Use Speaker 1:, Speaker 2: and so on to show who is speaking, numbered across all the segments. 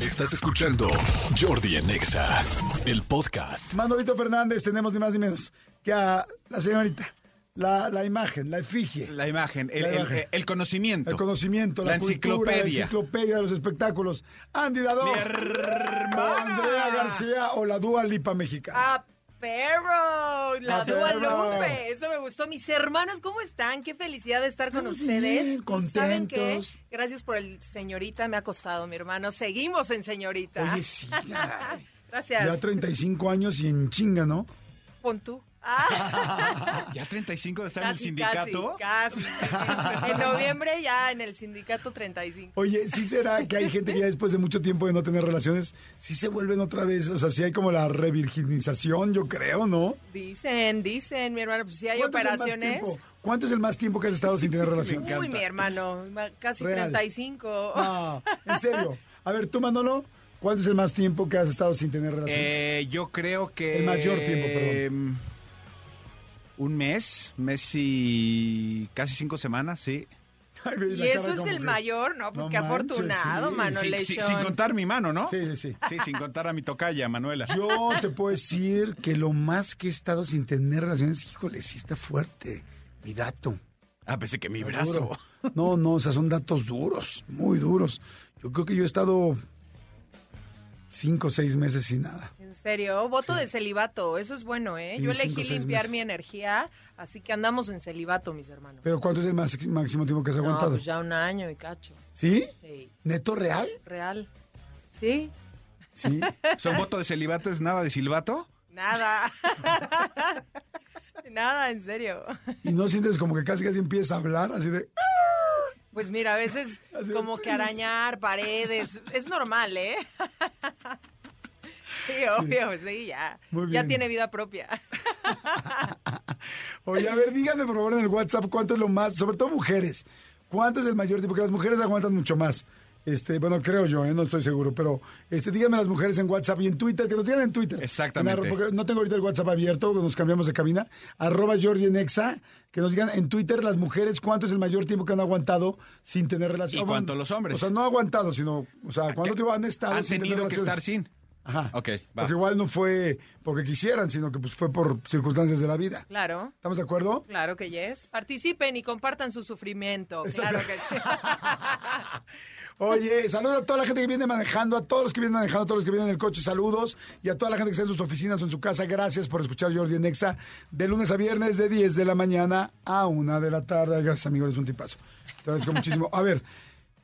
Speaker 1: Estás escuchando Jordi en Exa, el podcast.
Speaker 2: Manolito Fernández, tenemos ni más ni menos que a la señorita, la, la imagen, la efigie,
Speaker 3: La imagen, el,
Speaker 2: La
Speaker 3: el-
Speaker 2: imagen.
Speaker 3: eh, el conocimiento.
Speaker 2: el conocimiento, la,
Speaker 3: La
Speaker 2: cultura, la
Speaker 3: enciclopedia.
Speaker 2: enciclopedia de los espectáculos. Andy Dado,
Speaker 3: Mi hermana.
Speaker 2: Andrea García o la Dúa Lipa Mexicana.
Speaker 4: ¡A perro!
Speaker 2: ¡A
Speaker 4: La Dua
Speaker 2: perro!
Speaker 4: Lupe. Eso me gustó. Mis hermanos, ¿cómo están? Qué felicidad de estar con
Speaker 2: Estamos
Speaker 4: ustedes.
Speaker 2: bien,
Speaker 4: ¿Y ¿Saben qué?
Speaker 2: contentos.
Speaker 4: Gracias por el señorita. Me ha costado, mi hermano. Seguimos en señorita.
Speaker 2: Oye, sí, caray. ya
Speaker 4: ah. Gracias.
Speaker 2: 35 años y en chinga, ¿no?
Speaker 4: Pon tú. Ah,
Speaker 3: Ya 35 de estar en el
Speaker 4: casi,
Speaker 3: sindicato.
Speaker 4: Casi, casi. En noviembre ya en el sindicato 35.
Speaker 2: Oye, ¿sí será que hay gente que ya después de mucho tiempo de no tener relaciones, sí se vuelven otra vez? O sea, sí hay como la revirginización, yo creo, ¿no?
Speaker 4: Dicen, dicen, mi hermano. Pues sí hay
Speaker 2: ¿Cuánto es el más
Speaker 4: operaciones.
Speaker 2: tiempo? ¿Cuánto es el más tiempo que has estado sin tener relaciones?
Speaker 4: Uy, mi hermano. Casi
Speaker 2: Real.
Speaker 4: 35.
Speaker 2: No, en serio. A ver, tú, Manolo, ¿cuánto es el más tiempo que has estado sin tener relaciones?
Speaker 3: Eh, yo creo que.
Speaker 2: El mayor tiempo,
Speaker 3: perdón. Un mes, mes y casi cinco semanas, sí.
Speaker 2: Ay, ve la
Speaker 4: Y
Speaker 2: cara
Speaker 4: eso es
Speaker 2: como
Speaker 4: el
Speaker 2: que-
Speaker 4: mayor, ¿no? Pues
Speaker 2: No
Speaker 4: qué
Speaker 2: manches,
Speaker 4: afortunado,
Speaker 2: sí.
Speaker 4: mano.
Speaker 3: Sí,
Speaker 4: lechón.
Speaker 3: sí, sin contar mi mano, ¿no?
Speaker 2: Sí, sí, sí.
Speaker 3: Sí, sin contar a mi tocaya, Manuela.
Speaker 2: Yo te puedo decir que lo más que he estado sin tener relaciones, híjole, sí está fuerte. Mi dato.
Speaker 3: Ah, pensé que mi
Speaker 2: Está
Speaker 3: brazo.
Speaker 2: duro. No, no, o sea, son datos duros, muy duros. Yo creo que yo he estado cinco o seis meses sin nada.
Speaker 4: En serio, oh, voto de celibato, eso es bueno, ¿eh?
Speaker 2: Sí,
Speaker 4: Yo
Speaker 2: cinco,
Speaker 4: elegí
Speaker 2: seis
Speaker 4: limpiar
Speaker 2: meses.
Speaker 4: mi energía, así que andamos en celibato, mis hermanos.
Speaker 2: Pero ¿cuánto es el más- máximo tiempo que has
Speaker 4: No,
Speaker 2: aguantado?
Speaker 4: pues ya un año y cacho.
Speaker 2: ¿Sí?
Speaker 4: Sí,
Speaker 2: ¿Neto real?
Speaker 4: real. ¿Sí?
Speaker 2: Sí.
Speaker 3: ¿Son voto de celibato? ¿Es nada de silbato?
Speaker 4: Nada. Nada, en serio.
Speaker 2: Y no sientes como que casi casi empiezas a hablar así de...
Speaker 4: Pues mira, a veces
Speaker 2: Así de,
Speaker 4: como que
Speaker 2: "Please".
Speaker 4: arañar paredes, es normal, ¿eh? Sí, obvio, pues sí, ya.
Speaker 2: Muy
Speaker 4: Ya
Speaker 2: bien.
Speaker 4: tiene vida propia.
Speaker 2: Oye, a ver, díganme por favor en el WhatsApp cuánto es lo más, sobre todo mujeres, cuánto es el mayor tiempo, porque las mujeres aguantan mucho más. Este, bueno, creo yo, ¿eh? no estoy seguro, pero este, díganme las mujeres en WhatsApp y en Twitter, que nos digan en Twitter.
Speaker 3: Exactamente.
Speaker 2: En arro- porque no tengo ahorita el WhatsApp abierto, porque nos cambiamos de cabina. Arroba Jordi en Exa, que nos digan en Twitter las mujeres cuánto es el mayor tiempo que han aguantado sin tener relación.
Speaker 3: ¿Y
Speaker 2: Ah, bueno,
Speaker 3: cuánto los hombres? Ah,
Speaker 2: O sea, no aguantado, sino, o sea, cuánto tiempo han estado
Speaker 3: Han
Speaker 2: sin tener
Speaker 3: tenido que
Speaker 2: relaciones?
Speaker 3: estar sin.
Speaker 2: Ajá.
Speaker 3: Ok, va.
Speaker 2: Porque igual no fue porque quisieran, sino que pues, fue por circunstancias de la vida.
Speaker 4: Claro.
Speaker 2: ¿Estamos de acuerdo?
Speaker 4: Claro que yes. Participen y compartan su sufrimiento. Claro que sí.
Speaker 2: Oye, saludos a toda la gente que viene manejando, a todos los que vienen manejando, a todos los que vienen en el coche, saludos. Y a toda la gente que está en sus oficinas o en su casa, gracias por escuchar Jordi en Exa de lunes a viernes de 10 de la mañana a 1 de la tarde. Ay, Gracias, amigo, eres un tipazo. Te agradezco muchísimo. A ver,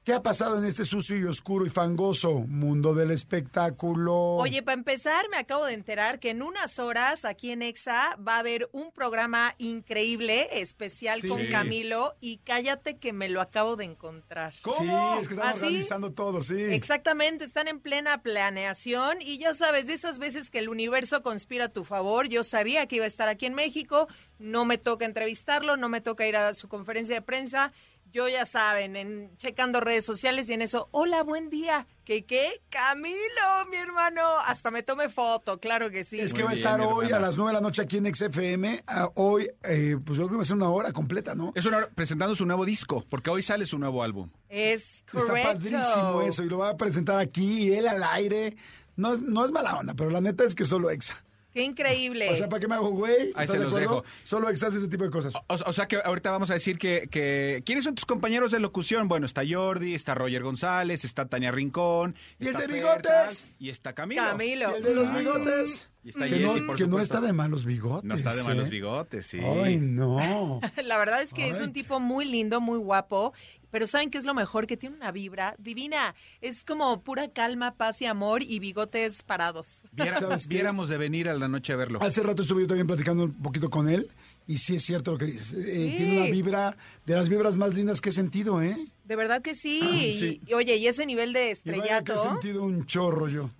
Speaker 2: ¿qué ha pasado en este sucio y oscuro y fangoso mundo del espectáculo?
Speaker 4: Oye, para empezar, me acabo de enterar que en unas horas aquí en EXA va a haber un programa increíble, especial
Speaker 2: Sí.
Speaker 4: con Camilo, y cállate que me lo acabo de encontrar.
Speaker 2: Sí, es que estamos
Speaker 4: ¿Ah, sí?
Speaker 2: organizando todo, sí.
Speaker 4: Exactamente, están en plena planeación y ya sabes, de esas veces que el universo conspira a tu favor, yo sabía que iba a estar aquí en México, no me toca entrevistarlo, no me toca ir a su conferencia de prensa, yo ya saben, en checando redes sociales y en eso, hola, buen día, que qué, Camilo, mi hermano, hasta me tome foto, claro que sí.
Speaker 2: Es que
Speaker 3: Muy
Speaker 2: va a
Speaker 3: bien,
Speaker 2: estar
Speaker 3: mi
Speaker 2: hoy a
Speaker 3: hermana.
Speaker 2: las 9 de la noche aquí en XFM. Ah, hoy, eh, pues yo creo que va a ser una hora completa, ¿no?
Speaker 3: Es una hora presentando su nuevo disco, porque hoy sale su nuevo álbum.
Speaker 4: Es
Speaker 2: Está
Speaker 4: correcto.
Speaker 2: padrísimo eso y lo va a presentar aquí y él al aire. No, es- no es mala onda, pero la neta es que solo exa.
Speaker 4: Qué increíble.
Speaker 2: O sea, ¿para qué me hago güey?
Speaker 3: Ahí
Speaker 2: ¿Estás
Speaker 3: se
Speaker 2: de
Speaker 3: los
Speaker 2: acuerdo?
Speaker 3: dejo.
Speaker 2: Solo exa hace ese tipo de cosas.
Speaker 4: Oh.
Speaker 3: O, o sea que ahorita vamos a decir que, que- ¿Quiénes son tus compañeros de locución? Bueno, está Jordi, está Roger González, está Tania Rincón.
Speaker 2: ¿Y el
Speaker 3: está
Speaker 2: de
Speaker 3: Fer
Speaker 2: bigotes?
Speaker 3: Tal, Y está Camilo.
Speaker 4: Camilo.
Speaker 2: Y el de los
Speaker 3: Claro.
Speaker 2: bigotes.
Speaker 3: Y está
Speaker 2: que
Speaker 3: Jessy,
Speaker 2: no,
Speaker 3: por
Speaker 2: que no
Speaker 3: supuesto.
Speaker 2: está de malos bigotes.
Speaker 3: No está de malos
Speaker 2: ¿eh?
Speaker 3: bigotes, sí.
Speaker 2: Ay, no.
Speaker 4: La verdad es que es
Speaker 2: Ay.
Speaker 4: un tipo muy lindo, muy guapo. Pero ¿saben qué es lo mejor? Que tiene una vibra divina. Es como pura calma, paz y amor y bigotes parados.
Speaker 3: Viera-
Speaker 2: ¿Sabes qué?
Speaker 3: viéramos de venir a la noche a verlo.
Speaker 2: Hace rato estuve yo también platicando un poquito con él y sí es cierto lo que dices. Eh, Tiene una vibra, de las vibras más lindas que he sentido, ¿eh?
Speaker 4: De verdad que sí.
Speaker 3: Ah,
Speaker 2: Sí.
Speaker 4: Y, y oye, y ese nivel de
Speaker 2: Y vaya que he
Speaker 4: estrellato.
Speaker 2: sentido un chorro yo.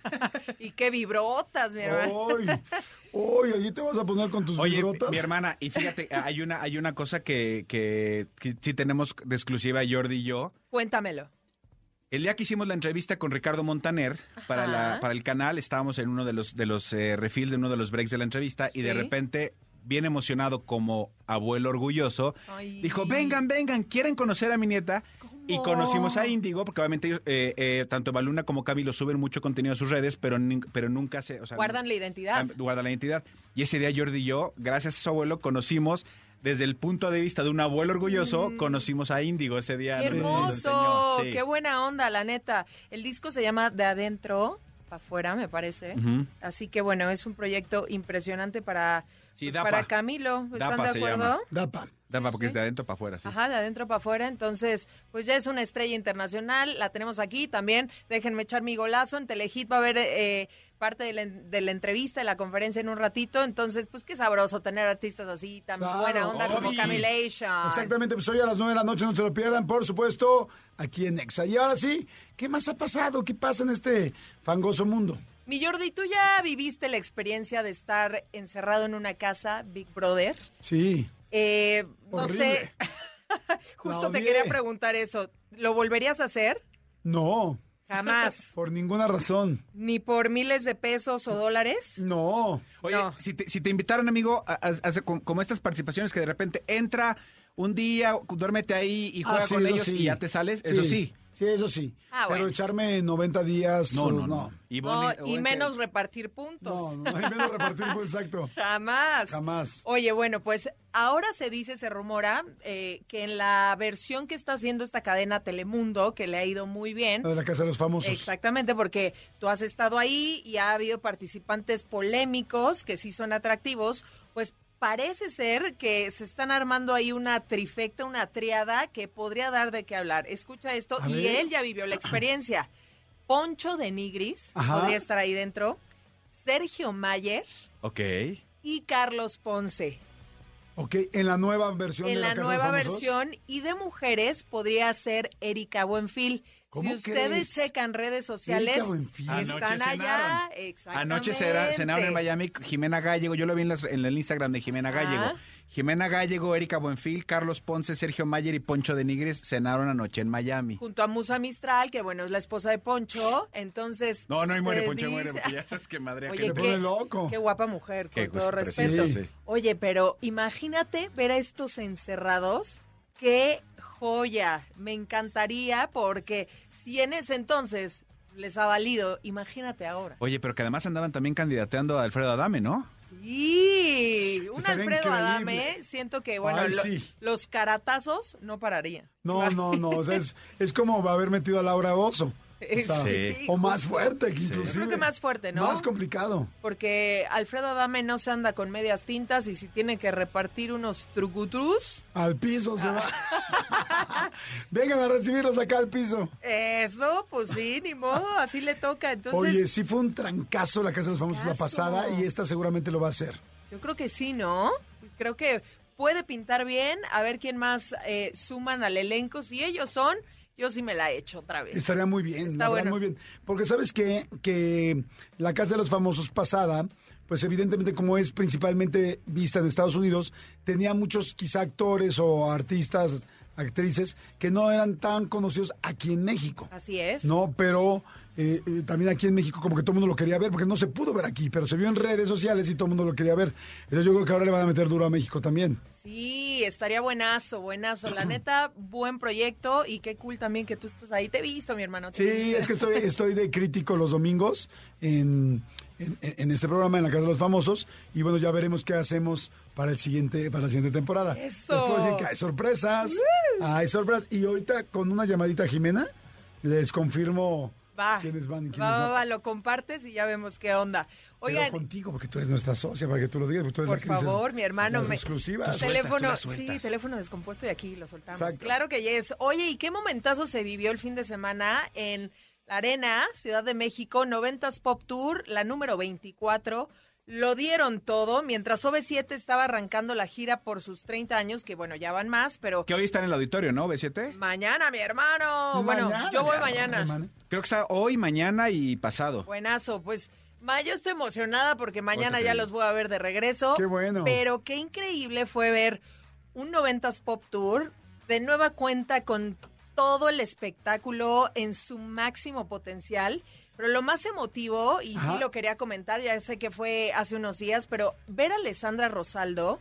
Speaker 4: Y qué vibrotas, mi
Speaker 3: Oh.
Speaker 4: hermano.
Speaker 2: Ay, ay, allí te vas a poner con tus
Speaker 3: Oye,
Speaker 2: vibrotas.
Speaker 3: mi hermana, y fíjate, hay una, hay una cosa que, que, que sí tenemos de exclusiva Jordi y yo.
Speaker 4: Cuéntamelo.
Speaker 3: El día que hicimos la entrevista con Ricardo Montaner para, la,
Speaker 4: Ajá.
Speaker 3: para el canal, estábamos en uno de los, de los eh, refil de uno de los breaks de la entrevista y de
Speaker 4: Sí.
Speaker 3: repente, bien emocionado como abuelo orgulloso,
Speaker 4: Ay.
Speaker 3: dijo, vengan, vengan, ¿quieren conocer a mi nieta? Y conocimos a Índigo, porque obviamente ellos, eh, eh, tanto Baluna como Cami lo suben mucho contenido a sus redes, pero, nin- pero nunca se. o sea,
Speaker 4: Guardan la identidad.
Speaker 3: Ah, Guardan la identidad. Y ese día Jordi y yo, gracias a su abuelo, conocimos. Desde el punto de vista de un abuelo orgulloso, conocimos a Índigo ese día.
Speaker 4: Mm. ¡Qué
Speaker 3: nos- nos
Speaker 4: hermoso!
Speaker 3: enseñó, sí.
Speaker 4: ¡Qué buena onda, la neta! El disco se llama De Adentro para Afuera, me parece.
Speaker 3: Ujú.
Speaker 4: Así que bueno, es un proyecto impresionante para,
Speaker 3: Sí,
Speaker 4: pues,
Speaker 3: Dapa.
Speaker 4: para Camilo. ¿Están
Speaker 3: Dapa
Speaker 4: de
Speaker 3: se
Speaker 4: acuerdo?
Speaker 3: llama.
Speaker 2: Dapa.
Speaker 3: Dapa, porque
Speaker 4: Sí.
Speaker 3: es de adentro para afuera, sí.
Speaker 4: Ajá, de adentro para afuera. Entonces, pues ya es una estrella internacional. La tenemos aquí también. Déjenme echar mi golazo. En Telehit va a haber eh, parte de la, en- de la entrevista, de la conferencia en un ratito. Entonces, pues qué sabroso tener artistas así, tan
Speaker 2: Claro,
Speaker 4: buena onda como
Speaker 3: Ori.
Speaker 4: Camilation.
Speaker 2: Exactamente, pues hoy a las 9 de la noche no se lo pierdan, por supuesto, aquí en Nexa. Y ahora sí, ¿qué más ha pasado? ¿Qué pasa en este fangoso mundo?
Speaker 4: Mi Jordi, ¿tú ya viviste la experiencia de estar encerrado en una casa, Big Brother?
Speaker 2: Sí.
Speaker 4: Eh, no
Speaker 2: Horrible.
Speaker 4: sé, justo
Speaker 2: La
Speaker 4: te quería
Speaker 2: odié.
Speaker 4: preguntar eso. ¿Lo volverías a hacer?
Speaker 2: No,
Speaker 4: Jamás.
Speaker 2: por ninguna razón.
Speaker 4: ¿Ni por miles de pesos o dólares?
Speaker 2: No.
Speaker 3: Oye,
Speaker 4: No.
Speaker 3: si, te, si te invitaron, amigo, a, a- a hacer com- como estas participaciones que de repente entra un día, duérmete ahí y juega
Speaker 2: Ah, sí,
Speaker 3: con
Speaker 2: eso
Speaker 3: ellos
Speaker 2: sí.
Speaker 3: y ya te sales, eso sí.
Speaker 2: Sí, eso sí.
Speaker 4: Ah,
Speaker 2: Pero
Speaker 4: bueno.
Speaker 2: echarme 90 días.
Speaker 3: No,
Speaker 2: o-
Speaker 3: no, no. Y, Bonnie-
Speaker 4: No, y
Speaker 3: Bonnie-
Speaker 4: menos repartir puntos.
Speaker 2: No, no, hay menos repartir, pues, exacto.
Speaker 4: Jamás.
Speaker 2: Jamás.
Speaker 4: Oye, bueno, pues ahora se dice, se rumora eh, que en la versión que está haciendo esta cadena Telemundo, que le ha ido muy bien,
Speaker 2: La de la Casa de los Famosos.
Speaker 4: Exactamente, porque tú has estado ahí y ha habido participantes polémicos que sí son atractivos, pues parece ser que se están armando ahí una trifecta, una triada que podría dar de qué hablar. Escucha esto,
Speaker 2: A
Speaker 4: y
Speaker 2: ver.
Speaker 4: él ya vivió la experiencia. Poncho de Nigris
Speaker 2: Ajá.
Speaker 4: podría estar ahí dentro, Sergio Mayer
Speaker 3: Ok.
Speaker 4: y Carlos Ponce.
Speaker 2: Ok, en la nueva versión de
Speaker 4: En
Speaker 2: la,
Speaker 4: la
Speaker 2: Casa de los
Speaker 4: nueva
Speaker 2: Famosos.
Speaker 4: versión y de mujeres podría ser Erika Buenfil.
Speaker 2: ¿Cómo
Speaker 4: si ustedes
Speaker 2: crees?
Speaker 4: checan redes sociales,
Speaker 2: Erika Buenfil.
Speaker 4: están
Speaker 3: Anoche
Speaker 4: allá.
Speaker 3: cenaron. Anoche cena- cenaron en Miami Jimena Gallego, yo lo vi en, las- en el Instagram de Jimena Gallego.
Speaker 4: Ah.
Speaker 3: Jimena Gallego, Erika Buenfil, Carlos Ponce, Sergio Mayer y Poncho de Nigres cenaron anoche en Miami.
Speaker 4: Junto a Musa Mistral, que bueno, es la esposa de Poncho. Entonces.
Speaker 3: No, no, y muere
Speaker 4: se
Speaker 3: Poncho, y muere,
Speaker 4: dice-
Speaker 3: porque ya sabes que madre.
Speaker 4: Oye,
Speaker 2: me
Speaker 4: qué,
Speaker 2: pone loco.
Speaker 4: qué guapa mujer, con
Speaker 3: Qué
Speaker 4: todo
Speaker 3: cosa
Speaker 4: respeto.
Speaker 2: preciosa,
Speaker 3: sí.
Speaker 4: Oye, pero imagínate ver a estos encerrados. ¡Qué joya! Me encantaría porque si en ese entonces les ha valido, imagínate ahora.
Speaker 3: Oye, pero que además andaban también candidateando a Alfredo Adame, ¿no?
Speaker 4: Sí, un
Speaker 2: Estaría
Speaker 4: Alfredo
Speaker 2: increíble.
Speaker 4: Adame, siento que bueno,
Speaker 2: Ay,
Speaker 4: lo-
Speaker 2: sí.
Speaker 4: los caratazos no pararían.
Speaker 2: No, no, no. O sea, es, es como haber metido a Laura Bozo. O, sea,
Speaker 4: Este
Speaker 3: Sí.
Speaker 2: o más fuerte, que inclusive.
Speaker 4: Yo creo que más fuerte, ¿no?
Speaker 2: Más complicado.
Speaker 4: Porque Alfredo Adame no se anda con medias tintas y si tiene que repartir unos trucutrus,
Speaker 2: Al piso se va. Vengan a recibirlos acá al piso.
Speaker 4: eso, pues sí, ni modo, así le toca. Entonces,
Speaker 2: Oye, sí fue un trancazo la Casa de los Famosos la
Speaker 4: Trancazo.
Speaker 2: pasada y esta seguramente lo va a hacer.
Speaker 4: yo creo que sí, ¿no? Creo que puede pintar bien, a ver quién más eh, suman al elenco. Si ellos son, yo sí me la echo otra vez.
Speaker 2: Estaría muy bien,
Speaker 4: Está
Speaker 2: la verdad,
Speaker 4: bueno.
Speaker 2: muy bien. Porque sabes que, que la Casa de los Famosos pasada, pues evidentemente como es principalmente vista en Estados Unidos, tenía muchos quizá actores o artistas, actrices, que no eran tan conocidos aquí en México.
Speaker 4: Así es.
Speaker 2: No, pero eh, eh, también aquí en México como que todo el mundo lo quería ver, porque no se pudo ver aquí, pero se vio en redes sociales y todo el mundo lo quería ver. Entonces yo creo que ahora le van a meter duro a México también.
Speaker 4: Sí, estaría buenazo, buenazo. La neta, buen proyecto y qué cool también que tú estás ahí. Te he visto, mi hermano. te he
Speaker 2: Sí,
Speaker 4: visto.
Speaker 2: es que estoy, estoy de crítico los domingos en, en- en este programa, en la Casa de los Famosos, y bueno, ya veremos qué hacemos para, el siguiente, para la siguiente temporada.
Speaker 4: ¡Eso!
Speaker 2: Les puedo decir que hay sorpresas, hay sorpresas, y ahorita con una llamadita a Jimena les confirmo
Speaker 4: Va,
Speaker 2: quiénes van y quiénes
Speaker 4: va, va,
Speaker 2: no.
Speaker 4: va, lo compartes y ya vemos qué onda.
Speaker 2: Pero
Speaker 4: Oigan,
Speaker 2: contigo, porque tú eres nuestra socia, para que tú lo digas. porque tú eres
Speaker 4: por
Speaker 2: la que dices
Speaker 4: favor, mi hermano.
Speaker 2: las
Speaker 4: me-
Speaker 2: exclusivas.
Speaker 3: Tú sueltas, tú
Speaker 4: Teléfono,
Speaker 3: las
Speaker 4: sí,
Speaker 3: sueltas.
Speaker 4: teléfono descompuesto y aquí lo soltamos.
Speaker 2: Exacto.
Speaker 4: Claro que yes. Oye, ¿y qué momentazo se vivió el fin de semana en la Arena, Ciudad de México, 90s Pop Tour, la número 24? Lo dieron todo mientras OV7 estaba arrancando la gira por sus 30 años, que bueno, ya van más, pero
Speaker 3: Que hoy están en el auditorio, ¿no? B7.
Speaker 4: mañana, mi hermano. bueno,
Speaker 2: Mañana,
Speaker 4: yo voy
Speaker 2: mi
Speaker 4: mañana.
Speaker 2: hermano.
Speaker 3: Creo que está hoy, mañana y pasado.
Speaker 4: Buenazo, pues ma, yo estoy emocionada porque
Speaker 3: Ahorita
Speaker 4: mañana
Speaker 3: te
Speaker 4: ya
Speaker 3: digo.
Speaker 4: los voy a ver de regreso.
Speaker 2: Qué bueno.
Speaker 4: Pero qué increíble fue ver un 90s Pop Tour de nueva cuenta con todo el espectáculo en su máximo potencial. Pero lo más emotivo, y
Speaker 2: Ajá.
Speaker 4: sí lo quería comentar, ya sé que fue hace unos días, pero ver a Alessandra Rosaldo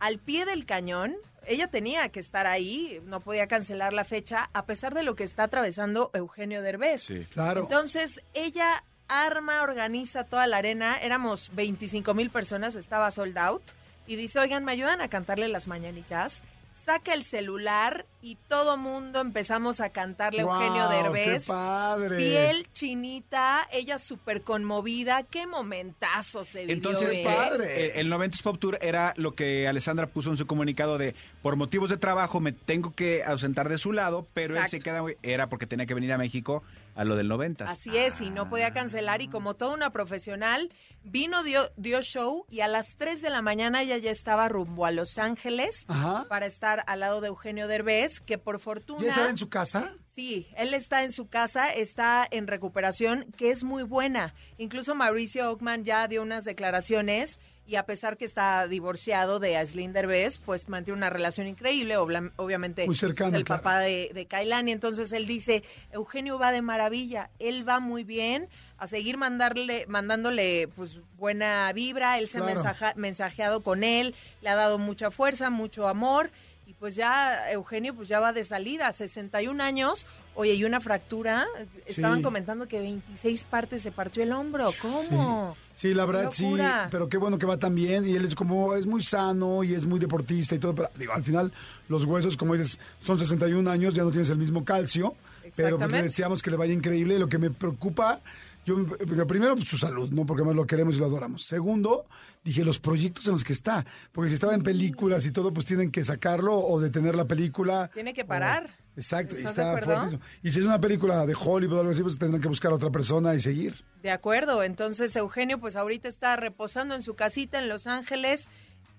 Speaker 4: al pie del cañón, ella tenía que estar ahí, no podía cancelar la fecha, a pesar de lo que está atravesando Eugenio Derbez.
Speaker 3: Sí.
Speaker 2: Claro.
Speaker 4: Entonces, ella arma, organiza toda la arena. Éramos 25 mil personas, estaba sold out. Y dice, oigan, ¿me ayudan a cantarle las mañanitas? Saca el celular y todo mundo empezamos a cantarle a Eugenio
Speaker 2: Guau,
Speaker 4: Derbez.
Speaker 2: ¡Qué padre!
Speaker 4: Piel chinita, ella súper conmovida. ¡Qué momentazo se vivió!
Speaker 3: Entonces,
Speaker 4: ¿eh?
Speaker 2: padre.
Speaker 3: eh, El, 90s Pop Tour era lo que Alessandra puso en su comunicado de por motivos de trabajo me tengo que ausentar de su lado, pero él se
Speaker 4: Exacto.
Speaker 3: queda, era porque tenía que venir a México a lo del 90s.
Speaker 4: Así es, y no podía cancelar. Y como toda una profesional, vino, dio, dio show y a las 3 de la mañana ella ya estaba rumbo a Los Ángeles
Speaker 2: Ajá.
Speaker 4: para estar al lado de Eugenio Derbez, que por fortuna...
Speaker 2: ¿Ya estaba en su casa?
Speaker 4: Sí, él está en su casa, está en recuperación, que es muy buena. Incluso Mauricio Ockman ya dio unas declaraciones y a pesar que está divorciado de Aislinn Derbez, pues mantiene una relación increíble, obla- obviamente
Speaker 2: Muy cercana,
Speaker 4: es el
Speaker 2: claro.
Speaker 4: papá de, de Kailani. Entonces él dice, Eugenio va de maravilla, él va muy bien, a seguir mandarle, mandándole pues buena vibra, él se ha
Speaker 2: Claro.
Speaker 4: mensaja- mensajeado con él, le ha dado mucha fuerza, mucho amor. Y pues ya Eugenio pues ya va de salida, 61 años. Oye, y una fractura. Estaban
Speaker 2: Sí.
Speaker 4: comentando que 26 partes se partió el hombro. ¿Cómo?
Speaker 2: Sí, la verdad sí,
Speaker 4: Locura.
Speaker 2: pero qué bueno que va tan bien y él es como es muy sano y es muy deportista y todo, pero digo, al final los huesos como dices son 61 años, ya no tienes el mismo calcio, pero pues, le
Speaker 4: Exactamente.
Speaker 2: deseamos que le vaya increíble, y lo que me preocupa yo me- primero pues, su salud, ¿no? Porque más lo queremos y lo adoramos. Segundo, dije los proyectos en los que está, porque si estaba en películas y todo, pues tienen que sacarlo o detener la película.
Speaker 4: Tiene que
Speaker 2: o-
Speaker 4: parar.
Speaker 2: exacto, y
Speaker 4: ¿Estás de
Speaker 2: está
Speaker 4: acuerdo?
Speaker 2: fuertísimo. Y si es una película de Hollywood o algo así, pues tendrán que buscar a otra persona y seguir.
Speaker 4: De acuerdo. Entonces Eugenio pues ahorita está reposando en su casita en Los Ángeles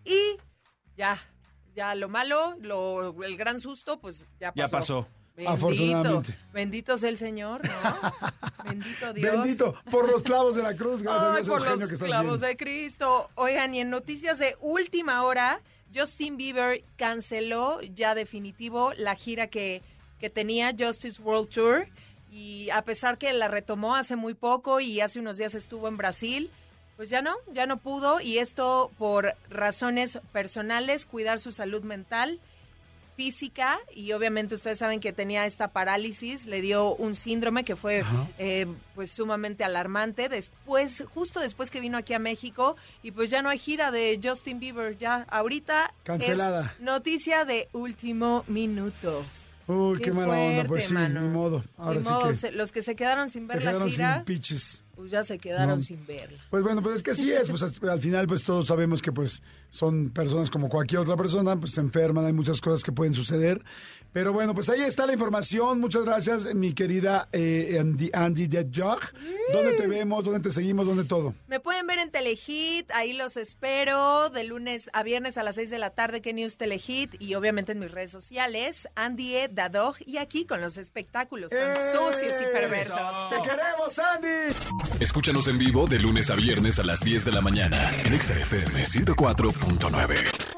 Speaker 4: y ya, ya lo malo, lo, el gran susto pues ya pasó.
Speaker 3: Ya pasó.
Speaker 4: Bendito,
Speaker 2: Afortunadamente.
Speaker 4: Bendito sea el Señor, ¿no? bendito Dios.
Speaker 2: Bendito, por los clavos de la cruz, gracias a
Speaker 4: Ay,
Speaker 2: Dios,
Speaker 4: por
Speaker 2: Eugenio,
Speaker 4: los
Speaker 2: que estás
Speaker 4: clavos
Speaker 2: bien.
Speaker 4: de Cristo. Oigan, y en noticias de última hora, Justin Bieber canceló ya definitivo la gira que, que tenía Justice World Tour. Y a pesar que la retomó hace muy poco y hace unos días estuvo en Brasil, pues ya no, ya no pudo. Y esto por razones personales, cuidar su salud mental física y obviamente ustedes saben que tenía esta parálisis, le dio un síndrome que fue eh, pues sumamente alarmante después, justo después que vino aquí a México y pues ya no hay gira de Justin Bieber, ya ahorita es
Speaker 2: Cancelada.
Speaker 4: noticia de último minuto.
Speaker 2: Uy, qué,
Speaker 4: Qué
Speaker 2: mala onda, pues
Speaker 4: fuerte,
Speaker 2: sí,
Speaker 4: mano.
Speaker 2: ni modo. Ahora
Speaker 4: Ni
Speaker 2: sí
Speaker 4: modo,
Speaker 2: que
Speaker 4: se- los que se quedaron sin ver
Speaker 2: se
Speaker 4: la
Speaker 2: quedaron
Speaker 4: gira,
Speaker 2: sin pitches.
Speaker 4: pues ya se quedaron
Speaker 2: No.
Speaker 4: sin verla.
Speaker 2: Pues bueno, pues es que así es, pues al al final pues todos sabemos que pues son personas como cualquier otra persona, pues se enferman, hay muchas cosas que pueden suceder. Pero bueno, pues ahí está la información, muchas gracias mi querida eh, Andy, Andy de Jog. ¿Dónde
Speaker 4: Mm.
Speaker 2: te vemos? ¿Dónde te seguimos? ¿Dónde todo?
Speaker 4: Me pueden ver en Telehit, ahí los espero de lunes a viernes a las 6 de la tarde, que News Telehit y obviamente en mis redes sociales, Andy E. Dadog y aquí con los espectáculos tan
Speaker 2: ¡Eh!
Speaker 4: sucios y perversos.
Speaker 2: ¡Te queremos, Andy!
Speaker 1: Escúchanos en vivo de lunes a viernes a las 10 de la mañana en Exa FM 104.9.